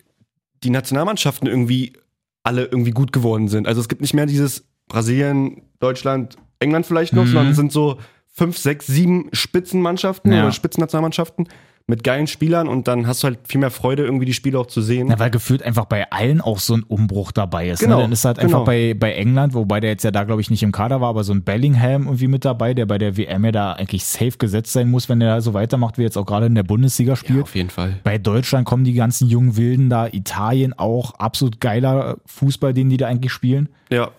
Speaker 1: die Nationalmannschaften irgendwie alle irgendwie gut geworden sind. Also es gibt nicht mehr dieses Brasilien, Deutschland, England vielleicht noch,
Speaker 3: Mhm.
Speaker 1: sondern es sind so fünf, sechs, sieben Spitzenmannschaften
Speaker 3: Ja.
Speaker 1: oder Spitzennationalmannschaften mit geilen Spielern und dann hast du halt viel mehr Freude, irgendwie die Spiele auch zu sehen.
Speaker 3: Na, weil gefühlt einfach bei allen auch so ein Umbruch dabei ist.
Speaker 1: Genau,
Speaker 3: ne? Dann ist halt
Speaker 1: genau.
Speaker 3: einfach bei, bei England, wobei der jetzt ja da, glaube ich, nicht im Kader war, aber so ein Bellingham irgendwie mit dabei, der bei der WM ja da eigentlich safe gesetzt sein muss, wenn er so weitermacht, wie jetzt auch gerade in der Bundesliga spielt.
Speaker 1: jeden Fall.
Speaker 3: bei Deutschland kommen die ganzen jungen Wilden da, Italien auch, absolut geiler Fußball, den die da eigentlich spielen.
Speaker 1: Ja.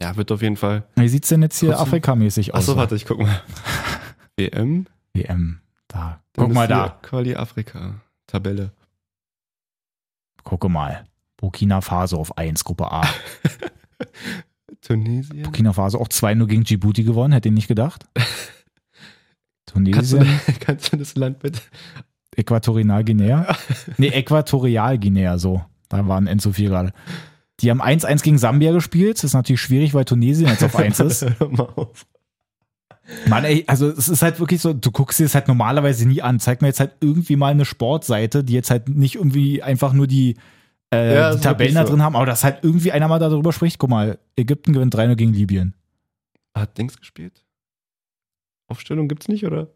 Speaker 1: Ja, wird auf jeden Fall.
Speaker 3: Wie sieht's denn jetzt hier
Speaker 1: Trotzdem-
Speaker 3: Afrikamäßig aus?
Speaker 1: Achso, warte, ich guck mal. WM.
Speaker 3: WM, da.
Speaker 1: Dann
Speaker 3: Guck mal
Speaker 1: ist hier
Speaker 3: da.
Speaker 1: Quali Afrika. Tabelle.
Speaker 3: Gucke mal. Burkina Faso auf 1, Gruppe A.
Speaker 1: Tunesien.
Speaker 3: Burkina Faso auch 2-0 gegen Djibouti gewonnen, hätte ich nicht gedacht.
Speaker 1: Kannst du,
Speaker 3: Tunesien,
Speaker 1: kannst du das Land bitte
Speaker 3: Äquatorial Guinea. Nee, Äquatorial Guinea, so. Da waren Enzo viel gerade. Die haben 1-1 gegen Sambia gespielt. Das ist natürlich schwierig, weil Tunesien jetzt auf 1 ist.
Speaker 1: Hör mal auf.
Speaker 3: Mann, ey, also es ist halt wirklich so, du guckst dir das halt normalerweise nie an. Zeig mir jetzt halt irgendwie mal eine Sportseite, die jetzt halt nicht irgendwie einfach nur die, äh,
Speaker 1: Ja, das
Speaker 3: die
Speaker 1: ist
Speaker 3: Tabellen
Speaker 1: wirklich
Speaker 3: da
Speaker 1: so.
Speaker 3: drin haben, aber dass halt irgendwie einer mal darüber spricht. Guck mal, Ägypten gewinnt 3-0 gegen Libyen.
Speaker 1: Hat Dings gespielt? Aufstellung gibt's nicht, oder?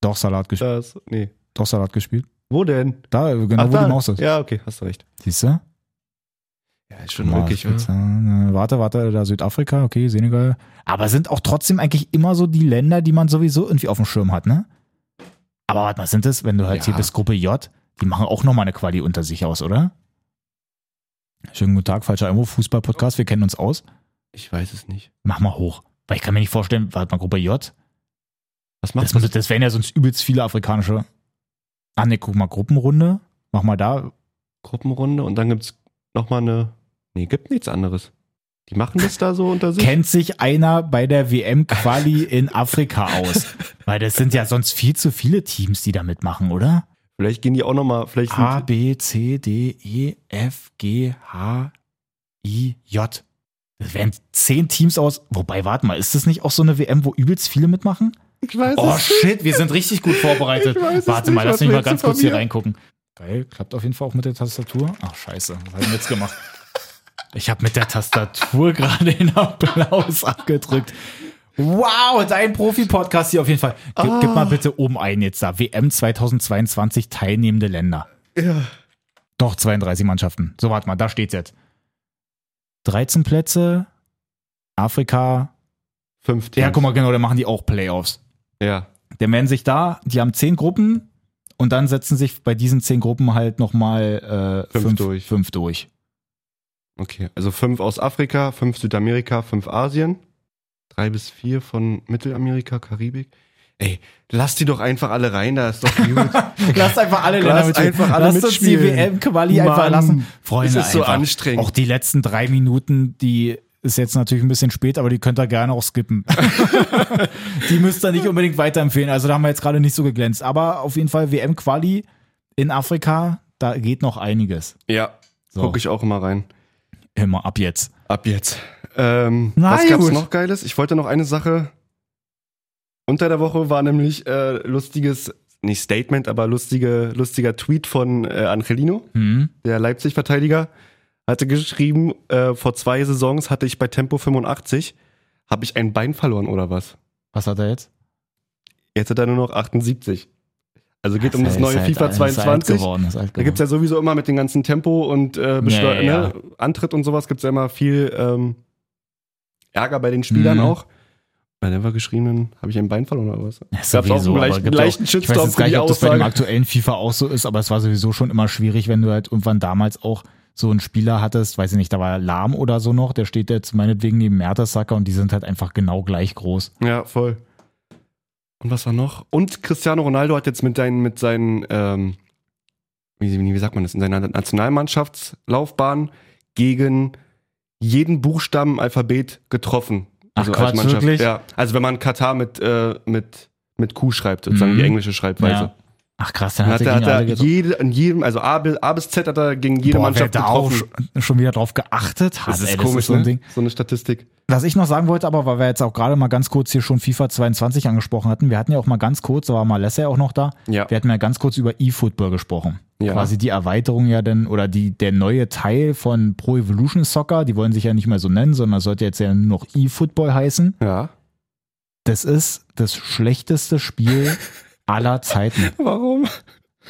Speaker 3: Doch Salat, gesp
Speaker 1: Das, nee.
Speaker 3: Doch Salat gespielt.
Speaker 1: Wo denn?
Speaker 3: Da, genau, wo
Speaker 1: da.
Speaker 3: die Maus ist.
Speaker 1: Ja, okay, hast du recht.
Speaker 3: Siehst du?
Speaker 1: Ja, ist schon
Speaker 3: Mal,
Speaker 1: wirklich,
Speaker 3: jetzt, äh, Warte, warte, da Südafrika, okay, Senegal. Aber sind auch trotzdem eigentlich immer so die Länder, die man sowieso irgendwie auf dem Schirm hat, ne? Aber warte mal, sind das, wenn du halt
Speaker 1: Ja.
Speaker 3: hier bist, Gruppe J, die machen auch nochmal eine Quali unter sich aus, oder? Schönen guten Tag, falscher Einwurf, Fußball-Podcast, wir kennen uns aus.
Speaker 1: Ich weiß es nicht.
Speaker 3: Mach mal hoch. Weil ich kann mir nicht vorstellen, warte mal, Gruppe J,
Speaker 1: Was
Speaker 3: das,
Speaker 1: macht
Speaker 3: muss- das wären ja sonst übelst viele afrikanische. Ah ne, guck mal, Gruppenrunde, mach mal da.
Speaker 1: Gruppenrunde und dann gibt's nochmal eine. Nee, gibt nichts anderes. Die machen das da so unter sich.
Speaker 3: Kennt sich einer bei der WM-Quali in Afrika aus? Weil das sind ja sonst viel zu viele Teams, die da mitmachen, oder? Ah.
Speaker 1: Vielleicht gehen die auch nochmal. Vielleicht
Speaker 3: A,
Speaker 1: sind,
Speaker 3: B, C, D, E, F, G, E, H, IJ. Das wären zehn Teams aus. Wobei, warte mal, ist das nicht auch so eine WM, wo übelst viele mitmachen?
Speaker 1: Ich weiß
Speaker 3: Oh shit, wir sind richtig gut vorbereitet.
Speaker 1: Ich weiß es
Speaker 3: Warte mal,
Speaker 1: nicht,
Speaker 3: lass
Speaker 1: was
Speaker 3: mich mal
Speaker 1: willst du
Speaker 3: ganz
Speaker 1: von
Speaker 3: kurz hier
Speaker 1: mir?
Speaker 3: reingucken. Geil, klappt auf jeden Fall auch mit der Tastatur. Ach scheiße, was hab ich denn jetzt gemacht? Ich habe mit der Tastatur gerade den Applaus abgedrückt. Wow, dein Profi-Podcast hier auf jeden Fall. Gib, gib
Speaker 1: Ah.
Speaker 3: mal bitte oben ein jetzt da. WM 2022 teilnehmende Länder.
Speaker 1: Ja.
Speaker 3: Doch, 32 Mannschaften. So, warte mal, da steht's jetzt. 13 Plätze, Afrika.
Speaker 1: Fünf Teams.
Speaker 3: Ja, guck mal, genau, da machen die auch Playoffs.
Speaker 1: Ja.
Speaker 3: Dann werden sich da, die haben zehn Gruppen und dann setzen sich bei diesen zehn Gruppen halt nochmal äh,
Speaker 1: Fünf
Speaker 3: fünf,
Speaker 1: durch.
Speaker 3: fünf durch.
Speaker 1: Okay. Also fünf aus Afrika, fünf Südamerika, fünf Asien. Drei bis vier von Mittelamerika, Karibik. Ey, lass die doch einfach alle rein, da ist doch gut.
Speaker 3: Lass einfach alle
Speaker 1: Länder mitspielen.
Speaker 3: Lass uns die WM-Quali einfach
Speaker 1: Mann,
Speaker 3: lassen. Freunde,
Speaker 1: es ist so
Speaker 3: einfach.
Speaker 1: anstrengend.
Speaker 3: Auch die letzten drei Minuten, die ist jetzt natürlich ein bisschen spät, aber die könnt ihr gerne auch skippen. die müsst ihr nicht unbedingt weiterempfehlen. Also da haben wir jetzt gerade nicht so geglänzt. Aber auf jeden Fall WM-Quali in Afrika, da geht noch einiges.
Speaker 1: ja.
Speaker 3: So.
Speaker 1: Guck ich auch immer rein.
Speaker 3: Immer ab jetzt.
Speaker 1: Ab jetzt. Ähm,
Speaker 3: Na
Speaker 1: was gab's
Speaker 3: gut.
Speaker 1: noch Geiles? Ich wollte noch eine Sache. Unter der Woche war nämlich äh, lustiges, nicht Statement, aber lustige, lustiger Tweet von äh, Angelino,
Speaker 3: Hm?
Speaker 1: der Leipzig-Verteidiger, hatte geschrieben, äh, vor zwei Saisons hatte ich bei Tempo 85, habe ich ein Bein verloren oder was?
Speaker 3: Was hat er jetzt?
Speaker 1: Jetzt hat er nur noch 78. Also geht
Speaker 3: Ja,
Speaker 1: um das
Speaker 3: ist
Speaker 1: neue
Speaker 3: halt-
Speaker 1: FIFA
Speaker 3: ist alt
Speaker 1: 22.
Speaker 3: geworden, ist alt
Speaker 1: Da gibt's ja sowieso immer mit dem ganzen Tempo und äh,
Speaker 3: Ja,
Speaker 1: Besteu-
Speaker 3: ja,
Speaker 1: Ne, Antritt und sowas gibt's ja immer viel ähm, Ärger bei den Spielern
Speaker 3: Mhm.
Speaker 1: auch. Bei der war geschrieben, habe ich ein Bein verloren oder was?
Speaker 3: Ja,
Speaker 1: gab's auch einen
Speaker 3: aber
Speaker 1: leichten-
Speaker 3: gibt's auch-
Speaker 1: leichten Shitstorm
Speaker 3: Ich weiß jetzt
Speaker 1: für
Speaker 3: gar
Speaker 1: die
Speaker 3: nicht, ob das bei dem
Speaker 1: Aussage.
Speaker 3: aktuellen FIFA auch so ist, aber es war sowieso schon immer schwierig, wenn du halt irgendwann damals auch so einen Spieler hattest, weiß ich nicht, da war Lahm oder so noch, der steht jetzt meinetwegen neben Mertesacker und die sind halt einfach genau gleich groß.
Speaker 1: Ja, voll. Und was war noch? Und Cristiano Ronaldo hat jetzt mit, deinen, mit seinen, ähm, wie, wie sagt man das, in seiner Nationalmannschaftslaufbahn gegen jeden Buchstaben im Alphabet getroffen.
Speaker 3: Ach, Quatsch, wirklich?
Speaker 1: Ja. Also wenn man Katar mit, äh, mit, mit Q schreibt, sozusagen
Speaker 3: Mhm.
Speaker 1: die englische Schreibweise.
Speaker 3: Ja. Ach krass, dann
Speaker 1: Dann
Speaker 3: hat,
Speaker 1: hat er,
Speaker 3: er
Speaker 1: hat
Speaker 3: gegen
Speaker 1: er
Speaker 3: alle getroffen.
Speaker 1: jede, in jedem, also A, bis- A bis Z hat er gegen jede
Speaker 3: Boah, wer
Speaker 1: Mannschaft
Speaker 3: da auch
Speaker 1: getroffen.
Speaker 3: sch- schon wieder drauf geachtet hat.
Speaker 1: Das ist
Speaker 3: ey,
Speaker 1: komisch,
Speaker 3: so ein
Speaker 1: ne?
Speaker 3: Ding.
Speaker 1: so eine Statistik.
Speaker 3: Was ich noch sagen wollte, aber weil wir jetzt auch gerade mal ganz kurz hier schon FIFA 22 angesprochen hatten, wir hatten ja auch mal ganz kurz, da war mal Lesser ja auch noch da,
Speaker 1: Ja.
Speaker 3: wir hatten ja ganz kurz über eFootball gesprochen.
Speaker 1: Ja.
Speaker 3: Quasi die Erweiterung ja dann, oder die, der neue Teil von Pro Evolution Soccer, die wollen sich ja nicht mehr so nennen, sondern sollte jetzt ja nur noch eFootball heißen.
Speaker 1: Ja.
Speaker 3: Das ist das schlechteste Spiel aller Zeiten.
Speaker 1: Warum?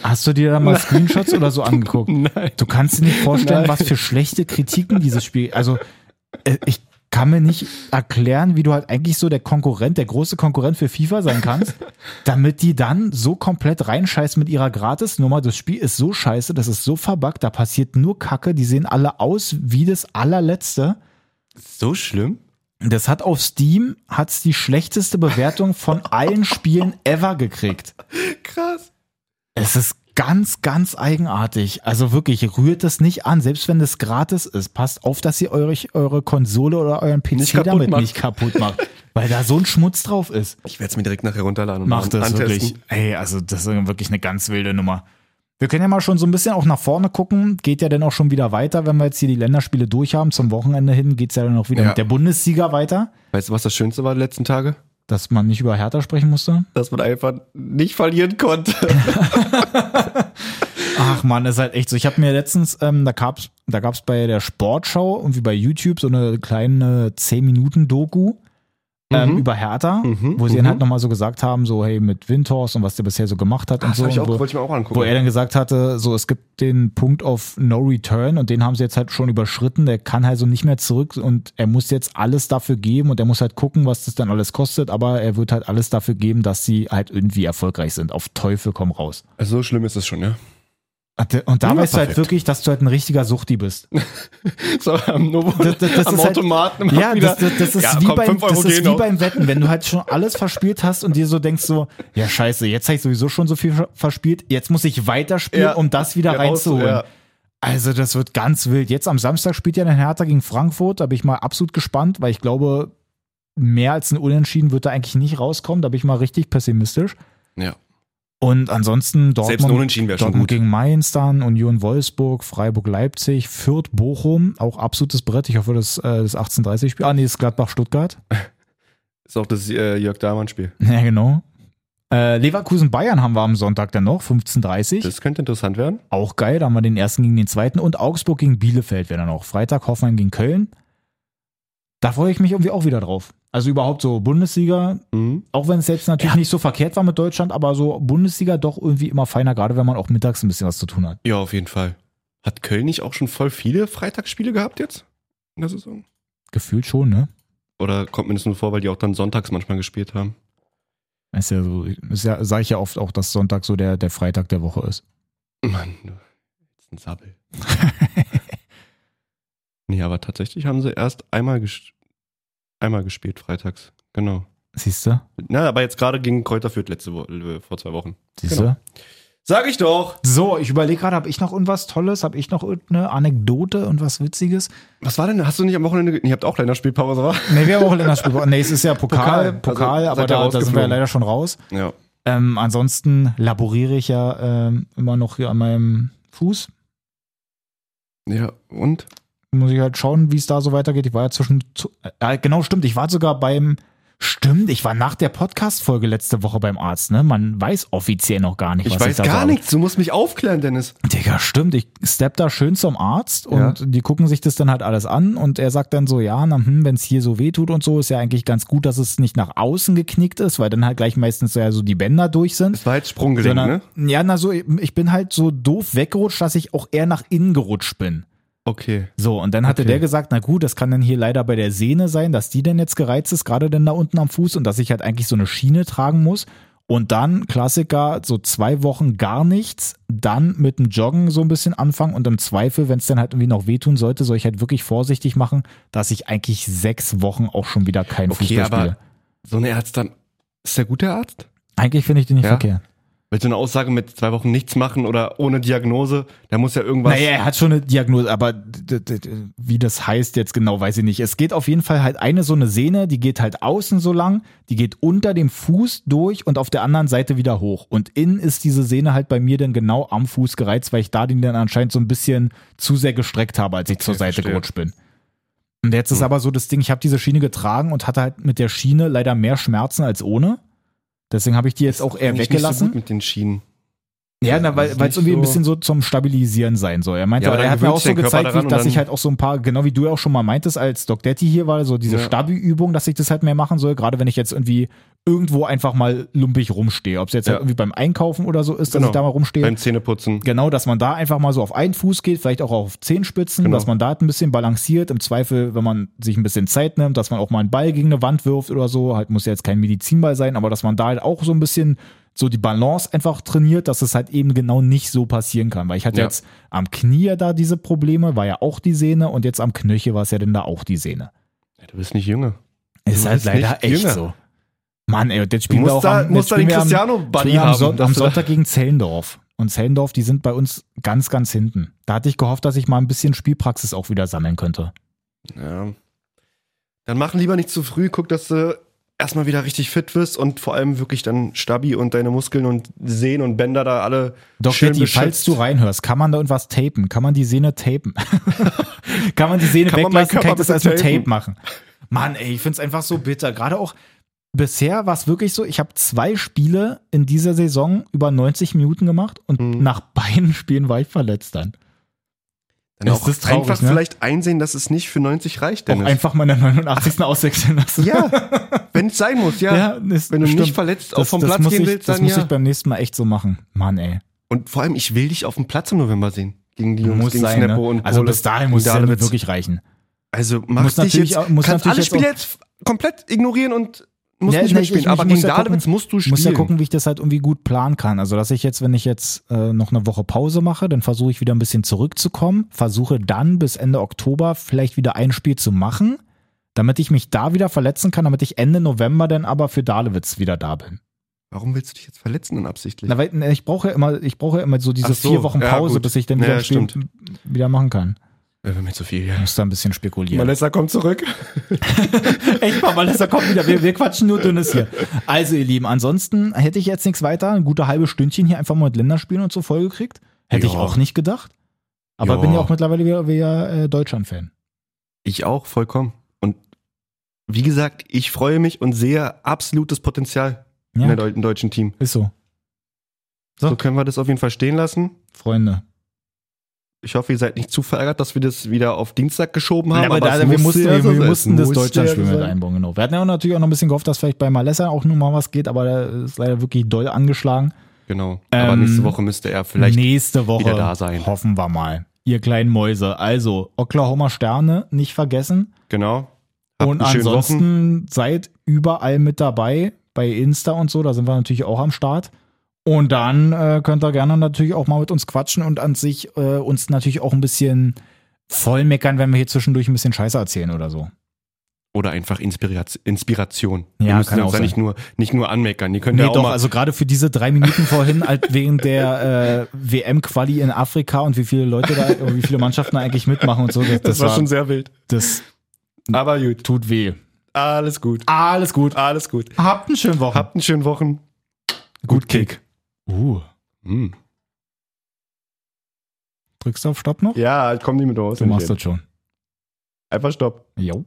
Speaker 3: Hast du dir da mal Screenshots oder so angeguckt?
Speaker 1: Nein.
Speaker 3: Du kannst dir nicht vorstellen,
Speaker 1: Nein.
Speaker 3: was für schlechte Kritiken dieses Spiel. Also, äh, ich kann mir nicht erklären, wie du halt eigentlich so der Konkurrent, der große Konkurrent für FIFA sein kannst, damit die dann so komplett reinscheißen mit ihrer Gratisnummer. Das Spiel ist so scheiße, das ist so verbuggt, da passiert nur Kacke, die sehen alle aus wie das allerletzte.
Speaker 1: So schlimm?
Speaker 3: Das hat auf Steam hat's die schlechteste Bewertung von allen Spielen ever gekriegt.
Speaker 1: Krass.
Speaker 3: Es ist ganz, ganz eigenartig. Also wirklich, rührt das nicht an, selbst wenn das gratis ist. Passt auf, dass ihr eure, eure Konsole oder euren PC
Speaker 1: Nicht kaputt
Speaker 3: damit
Speaker 1: macht.
Speaker 3: nicht kaputt macht, weil da so ein Schmutz drauf ist.
Speaker 1: Ich werde es mir direkt nachher runterladen und
Speaker 3: Macht
Speaker 1: mal
Speaker 3: das wirklich. Ey, also das ist wirklich eine ganz wilde Nummer. Wir können ja mal schon so ein bisschen auch nach vorne gucken. Geht ja dann auch schon wieder weiter, wenn wir jetzt hier die Länderspiele durch haben. Zum Wochenende hin geht's ja dann auch wieder
Speaker 1: Ja.
Speaker 3: mit der Bundesliga weiter,
Speaker 1: Weißt du, was das Schönste war die letzten Tage?
Speaker 3: dass man nicht über Hertha sprechen musste.
Speaker 1: Dass man einfach nicht verlieren konnte.
Speaker 3: Ach man, ist halt echt so. Ich habe mir letztens, ähm, da gab's, da gab's bei der Sportschau und wie bei YouTube so eine kleine 10-Minuten-Doku ähm,
Speaker 1: Mhm.
Speaker 3: über Hertha,
Speaker 1: Mhm,
Speaker 3: wo sie dann
Speaker 1: mhm.
Speaker 3: halt nochmal so gesagt haben, so hey, mit Windhorst und was der bisher so gemacht hat und
Speaker 1: Das
Speaker 3: so.
Speaker 1: hab ich auch,
Speaker 3: und wo,
Speaker 1: wollte ich mir auch angucken.
Speaker 3: wo er dann gesagt hatte, so es gibt den Punkt auf No Return und den haben sie jetzt halt schon überschritten, der kann halt so nicht mehr zurück und er muss jetzt alles dafür geben und er muss halt gucken, was das dann alles kostet, aber er wird halt alles dafür geben, dass sie halt irgendwie erfolgreich sind. Auf Teufel komm raus.
Speaker 1: Also so schlimm ist es schon, ja.
Speaker 3: Und da- Und da
Speaker 1: Ja,
Speaker 3: weißt du halt
Speaker 1: perfekt.
Speaker 3: wirklich, dass du halt ein richtiger Suchti bist.
Speaker 1: So, am Novo,
Speaker 3: Das- das- das
Speaker 1: am
Speaker 3: ist halt-
Speaker 1: Automaten. immer
Speaker 3: Ja, das, das, das ist,
Speaker 1: Ja,
Speaker 3: wie,
Speaker 1: komm,
Speaker 3: beim,
Speaker 1: fünf Euro
Speaker 3: das ist
Speaker 1: gehen
Speaker 3: wie
Speaker 1: noch.
Speaker 3: beim Wetten, wenn du halt schon alles verspielt hast und dir so denkst so, ja scheiße, jetzt habe ich sowieso schon so viel ver- verspielt, jetzt muss ich weiterspielen,
Speaker 1: Ja, genau
Speaker 3: um das wieder
Speaker 1: Ja,
Speaker 3: reinzuholen.
Speaker 1: raus,
Speaker 3: Also das wird ganz wild. Jetzt am Samstag spielt ja der Hertha gegen Frankfurt, da bin ich mal absolut gespannt, weil ich glaube, mehr als ein Unentschieden wird da eigentlich nicht rauskommen, da bin ich mal richtig pessimistisch.
Speaker 1: Ja. ja.
Speaker 3: Und ansonsten Dortmund,
Speaker 1: ein Unentschieden wäre schon
Speaker 3: Dortmund
Speaker 1: gut.
Speaker 3: gegen Mainz dann, Union Wolfsburg, Freiburg Leipzig, Fürth Bochum, auch absolutes Brett. Ich hoffe, das, äh, das 18.30-Spiel. Ah, nee, das Gladbach Stuttgart.
Speaker 1: Ist auch das äh, Jörg Dahmann-Spiel.
Speaker 3: Ja, genau. Äh, Leverkusen Bayern haben wir am Sonntag dann noch, 15.30
Speaker 1: Das könnte interessant werden.
Speaker 3: Auch geil, da haben wir den ersten gegen den zweiten und Augsburg gegen Bielefeld wäre dann auch. Freitag Hoffenheim gegen Köln. Da freue ich mich irgendwie auch wieder drauf. Also überhaupt so Bundesliga,
Speaker 1: Mhm.
Speaker 3: auch wenn es jetzt natürlich nicht so verkehrt war mit Deutschland, aber so Bundesliga doch irgendwie immer feiner, gerade wenn man auch mittags ein bisschen was zu tun hat.
Speaker 1: Ja, auf jeden Fall. Hat Köln nicht auch schon voll viele Freitagsspiele gehabt jetzt in der Saison?
Speaker 3: Gefühlt schon, ne?
Speaker 1: Oder kommt mir das nur vor, weil die auch dann sonntags manchmal gespielt haben?
Speaker 3: Ist ja so, ist ja, sage ich ja oft auch, dass Sonntag so der, der Freitag der Woche ist.
Speaker 1: Mann, du, jetzt ein Sabbel. nee, aber tatsächlich haben sie erst einmal, ges einmal gespielt freitags. Genau.
Speaker 3: Siehst du?
Speaker 1: Na, aber jetzt gerade gegen Kräuter Fürth letzte Wo äh, vor zwei Wochen.
Speaker 3: Siehst du?
Speaker 1: Genau. Sag ich doch.
Speaker 3: So, ich überlege gerade, habe ich noch irgendwas Tolles? Habe ich noch irgendeine Anekdote und was Witziges?
Speaker 1: Was war denn? Hast du nicht am Wochenende? ge- Nee, Ihr habt auch Länderspielpause, war?
Speaker 3: Nee, wir haben auch Länderspiel. Nee, es ist ja Pokal,
Speaker 1: Pokal.
Speaker 3: Pokal,
Speaker 1: Also,
Speaker 3: aber
Speaker 1: seid ihr
Speaker 3: da, da sind wir ja
Speaker 1: rausgeflogen.
Speaker 3: leider schon raus.
Speaker 1: Ja.
Speaker 3: Ähm, ansonsten laboriere ich ja ähm, immer noch hier an meinem Fuß.
Speaker 1: Ja, und?
Speaker 3: Muss ich halt schauen, wie es da so weitergeht. Ich war ja zwischen. zu- Äh, genau, stimmt. Ich war sogar beim. Stimmt, ich war nach der Podcast-Folge letzte Woche beim Arzt, ne? Man weiß offiziell noch gar nicht,
Speaker 1: Ich
Speaker 3: was ich
Speaker 1: weiß
Speaker 3: da
Speaker 1: gar
Speaker 3: so-
Speaker 1: nichts. Du musst mich aufklären, Dennis.
Speaker 3: Digga, stimmt. Ich stepp da schön zum Arzt und
Speaker 1: Ja.
Speaker 3: die gucken sich das dann halt alles an und er sagt dann so, ja, na, hm, wenn es hier so weh tut und so, ist ja eigentlich ganz gut, dass es nicht nach außen geknickt ist, weil dann halt gleich meistens ja so die Bänder durch sind.
Speaker 1: Es war jetzt Sprunggelenk,
Speaker 3: Sondern,
Speaker 1: ne?
Speaker 3: Ja, na so, ich bin halt so doof weggerutscht, dass ich auch eher nach innen gerutscht bin.
Speaker 1: Okay.
Speaker 3: So, und dann hatte
Speaker 1: Okay.
Speaker 3: der gesagt, na gut, das kann dann hier leider bei der Sehne sein, dass die denn jetzt gereizt ist, gerade denn da unten am Fuß und dass ich halt eigentlich so eine Schiene tragen muss. Und dann, Klassiker, so zwei Wochen gar nichts, dann mit dem Joggen so ein bisschen anfangen und im Zweifel, wenn es dann halt irgendwie noch wehtun sollte, soll ich halt wirklich vorsichtig machen, dass ich eigentlich sechs Wochen auch schon wieder keinen
Speaker 1: Okay,
Speaker 3: Fußball
Speaker 1: aber
Speaker 3: spiele.
Speaker 1: so ein Arzt dann. Ist der gut, der Arzt?
Speaker 3: Eigentlich finde ich den nicht
Speaker 1: Ja?
Speaker 3: verkehrt.
Speaker 1: Weil so eine Aussage mit zwei Wochen nichts machen oder ohne Diagnose, da muss ja irgendwas.
Speaker 3: Naja, er hat schon eine Diagnose, aber d- d- d- wie das heißt jetzt genau, weiß ich nicht. Es geht auf jeden Fall halt eine so eine Sehne, die geht halt außen so lang, die geht unter dem Fuß durch und auf der anderen Seite wieder hoch. Und innen ist diese Sehne halt bei mir dann genau am Fuß gereizt, weil ich da den dann anscheinend so ein bisschen zu sehr gestreckt habe, als ich zur Seite
Speaker 1: verstehe. Hm.
Speaker 3: gerutscht bin. Und jetzt ist aber so das Ding, ich habe diese Schiene getragen und hatte halt mit der Schiene leider mehr Schmerzen als ohne. Deswegen habe ich die jetzt auch eher
Speaker 1: Bin ich Nicht so
Speaker 3: weggelassen.
Speaker 1: gut mit den Schienen.
Speaker 3: Ja, na, weil es
Speaker 1: Das ist nicht
Speaker 3: irgendwie ein
Speaker 1: so-
Speaker 3: bisschen so zum Stabilisieren sein soll. Er meinte,
Speaker 1: Ja,
Speaker 3: aber
Speaker 1: dann
Speaker 3: er hat mir
Speaker 1: gewöhnt
Speaker 3: auch so
Speaker 1: sich dein Körper
Speaker 3: gezeigt, wie,
Speaker 1: daran und
Speaker 3: dass ich
Speaker 1: dann-
Speaker 3: halt auch so ein paar, genau wie du ja auch schon mal meintest, als Doc Detti hier war, so diese
Speaker 1: Ja.
Speaker 3: Stabi-Übung, dass ich das halt mehr machen soll, gerade wenn ich jetzt irgendwie irgendwo einfach mal lumpig rumstehe. Ob es jetzt
Speaker 1: Ja.
Speaker 3: halt irgendwie beim Einkaufen oder so ist, dass
Speaker 1: Genau.
Speaker 3: ich da mal rumstehe.
Speaker 1: Beim Zähneputzen.
Speaker 3: Genau, dass man da einfach mal so auf einen Fuß geht, vielleicht auch auf Zehenspitzen,
Speaker 1: Genau.
Speaker 3: dass man da halt ein bisschen balanciert. Im Zweifel, wenn man sich ein bisschen Zeit nimmt, dass man auch mal einen Ball gegen eine Wand wirft oder so. Halt muss ja jetzt kein Medizinball sein, aber dass man da halt auch so ein bisschen so die Balance einfach trainiert, dass es halt eben genau nicht so passieren kann. Weil ich hatte
Speaker 1: Ja.
Speaker 3: jetzt am Knie ja da diese Probleme, war ja auch die Sehne und jetzt am Knöchel war es ja dann da auch die Sehne.
Speaker 1: Ja, du bist nicht jünger.
Speaker 3: Ist
Speaker 1: Du
Speaker 3: halt
Speaker 1: bist
Speaker 3: leider
Speaker 1: nicht
Speaker 3: echt
Speaker 1: jünger.
Speaker 3: so. Mann, ey, und jetzt
Speaker 1: Du
Speaker 3: spielen wir auch
Speaker 1: musst da,
Speaker 3: am,
Speaker 1: musst
Speaker 3: jetzt
Speaker 1: da den
Speaker 3: spielen wir am-
Speaker 1: Cristiano-Buddy
Speaker 3: Spielen
Speaker 1: haben.
Speaker 3: am, Son
Speaker 1: dass
Speaker 3: am
Speaker 1: du da-
Speaker 3: Sonntag gegen Zellendorf. Und Zellendorf, die sind bei uns ganz, ganz hinten. Da hatte ich gehofft, dass ich mal ein bisschen Spielpraxis auch wieder sammeln könnte.
Speaker 1: Ja. Dann machen lieber nicht zu früh. Guck, dass du erstmal wieder richtig fit wirst und vor allem wirklich dann Stabi und deine Muskeln und Sehnen und Bänder da alle
Speaker 3: Doch,
Speaker 1: schön
Speaker 3: Betty, falls
Speaker 1: beschützt.
Speaker 3: du reinhörst, kann man da irgendwas tapen? Kann man die Sehne tapen? kann man die Sehne
Speaker 1: Kann man meinen
Speaker 3: weglassen? Kann ich
Speaker 1: Körper
Speaker 3: das als mit
Speaker 1: bitte tapen?
Speaker 3: Tape machen? Mann, ey, ich find's einfach so bitter. Gerade auch bisher war es wirklich so, ich habe zwei Spiele in dieser Saison über 90 Minuten gemacht und
Speaker 1: Mhm.
Speaker 3: nach beiden Spielen war ich verletzt dann.
Speaker 1: Dann
Speaker 3: Ist
Speaker 1: auch
Speaker 3: das traurig,
Speaker 1: einfach
Speaker 3: ne?
Speaker 1: vielleicht einsehen, dass es nicht für 90 reicht,
Speaker 3: Auch
Speaker 1: Dennis.
Speaker 3: einfach mal in der 89. auswechseln lassen.
Speaker 1: ja, wenn es sein muss, ja.
Speaker 3: ist,
Speaker 1: Wenn du
Speaker 3: stimmt.
Speaker 1: nicht verletzt auf vom Platz
Speaker 3: muss
Speaker 1: gehen
Speaker 3: ich,
Speaker 1: willst,
Speaker 3: das
Speaker 1: dann
Speaker 3: muss
Speaker 1: ja.
Speaker 3: ich beim nächsten Mal echt so machen. Mann, ey.
Speaker 1: Und vor allem, ich will dich auf dem Platz im November sehen. Gegen die Jungs,
Speaker 3: muss
Speaker 1: gegen
Speaker 3: sein.
Speaker 1: Snappo
Speaker 3: Ne?
Speaker 1: und
Speaker 3: Also
Speaker 1: Pole
Speaker 3: bis dahin
Speaker 1: und
Speaker 3: muss es ja
Speaker 1: Dahlewitz.
Speaker 3: wirklich reichen.
Speaker 1: Also mach
Speaker 3: Muss
Speaker 1: dich
Speaker 3: natürlich
Speaker 1: jetzt,
Speaker 3: auch- muss
Speaker 1: kannst alle
Speaker 3: natürlich jetzt
Speaker 1: Spiele jetzt komplett ignorieren und musst
Speaker 3: Ja,
Speaker 1: nicht
Speaker 3: ne,
Speaker 1: mitspielen.
Speaker 3: ich- ich
Speaker 1: Aber
Speaker 3: muss
Speaker 1: gegen
Speaker 3: ja gucken-
Speaker 1: Dahlewitz musst du
Speaker 3: Ich
Speaker 1: spielen.
Speaker 3: muss ja gucken, wie ich das halt irgendwie gut planen kann. Also, dass ich jetzt, wenn ich jetzt äh, noch eine Woche Pause mache, dann versuche ich wieder ein bisschen zurückzukommen, versuche dann bis Ende Oktober vielleicht wieder ein Spiel zu machen, damit ich mich da wieder verletzen kann, damit ich Ende November dann aber für Dalewitz wieder da bin.
Speaker 1: Warum willst du dich jetzt verletzen denn absichtlich?
Speaker 3: Na, weil ne, ich brauche ja immer, ich brauche ja immer so diese
Speaker 1: Ach so,
Speaker 3: vier Wochen
Speaker 1: ja,
Speaker 3: Pause,
Speaker 1: gut.
Speaker 3: bis ich dann
Speaker 1: Ja,
Speaker 3: wieder ein Spiel
Speaker 1: stimmt.
Speaker 3: wieder machen kann.
Speaker 1: Äh, Wenn mir zu viel hier.
Speaker 3: Muss da ein bisschen spekulieren.
Speaker 1: Malessa kommt zurück.
Speaker 3: Echt mal, weil das da kommt wieder. Wir, wir quatschen nur Dünnes hier. Also, ihr Lieben, ansonsten hätte ich jetzt nichts weiter. Ein gute halbe Stündchen hier einfach mal mit Länderspielen und so vollgekriegt. Hätte ich
Speaker 1: Ja.
Speaker 3: auch nicht gedacht. Aber
Speaker 1: Ja.
Speaker 3: bin ja auch mittlerweile wieder, wieder äh, Deutschland-Fan.
Speaker 1: Ich auch, vollkommen. Und wie gesagt, ich freue mich und sehe absolutes Potenzial in
Speaker 3: Ja,
Speaker 1: der Deu- im deutschen Team.
Speaker 3: ist so. So.
Speaker 1: So können wir das auf jeden Fall stehen lassen.
Speaker 3: Freunde.
Speaker 1: Ich hoffe, ihr seid nicht zu verärgert, dass wir das wieder auf Dienstag geschoben haben.
Speaker 3: Ja, aber da,
Speaker 1: es
Speaker 3: wir
Speaker 1: musste
Speaker 3: mussten,
Speaker 1: ja
Speaker 3: wir,
Speaker 1: so
Speaker 3: wir
Speaker 1: sein.
Speaker 3: mussten
Speaker 1: Es
Speaker 3: das
Speaker 1: musste
Speaker 3: Deutschlandspiel
Speaker 1: ja so
Speaker 3: mit
Speaker 1: sein.
Speaker 3: einbauen, genau. Wir hatten ja auch natürlich auch noch ein bisschen gehofft, dass vielleicht bei Malessa auch nun mal was geht, aber da ist leider wirklich doll angeschlagen.
Speaker 1: Genau. aber
Speaker 3: Ähm,
Speaker 1: nächste Woche müsste er vielleicht.
Speaker 3: Nächste Woche
Speaker 1: wieder da sein.
Speaker 3: hoffen wir mal. Ihr kleinen Mäuse. Also, Oklahoma Sterne nicht vergessen.
Speaker 1: Genau. Habt
Speaker 3: und
Speaker 1: einen schönen Wochen.
Speaker 3: ansonsten seid überall mit dabei, bei Insta und so, da sind wir natürlich auch am Start. Und dann äh, könnt ihr gerne natürlich auch mal mit uns quatschen und an sich äh, uns natürlich auch ein bisschen voll meckern, wenn wir hier zwischendurch ein bisschen Scheiße erzählen oder so.
Speaker 1: Oder einfach Inspiration. Inspiration.
Speaker 3: Ja,
Speaker 1: ihr müsst
Speaker 3: kann
Speaker 1: uns
Speaker 3: auch
Speaker 1: ja
Speaker 3: sein.
Speaker 1: nicht nur, nicht nur anmeckern. Ihr könnt
Speaker 3: Nee,
Speaker 1: ja auch
Speaker 3: doch,
Speaker 1: mal,
Speaker 3: also gerade für diese drei Minuten vorhin, halt wegen der äh, WM-Quali in Afrika und wie viele Leute da, wie viele Mannschaften da eigentlich mitmachen und so, das, das, war,
Speaker 1: sehr wild.
Speaker 3: das
Speaker 1: Aber gut.
Speaker 3: tut weh.
Speaker 1: Alles gut.
Speaker 3: Alles gut.
Speaker 1: Alles gut.
Speaker 3: Habt einen schönen Wochen.
Speaker 1: Habt einen schönen Wochen.
Speaker 3: gut Kick. Uh,
Speaker 1: Mm.
Speaker 3: drückst du auf Stopp noch?
Speaker 1: Ja, ich komme nicht mit raus.
Speaker 3: du machst das schon.
Speaker 1: Einfach stopp.
Speaker 3: Jo.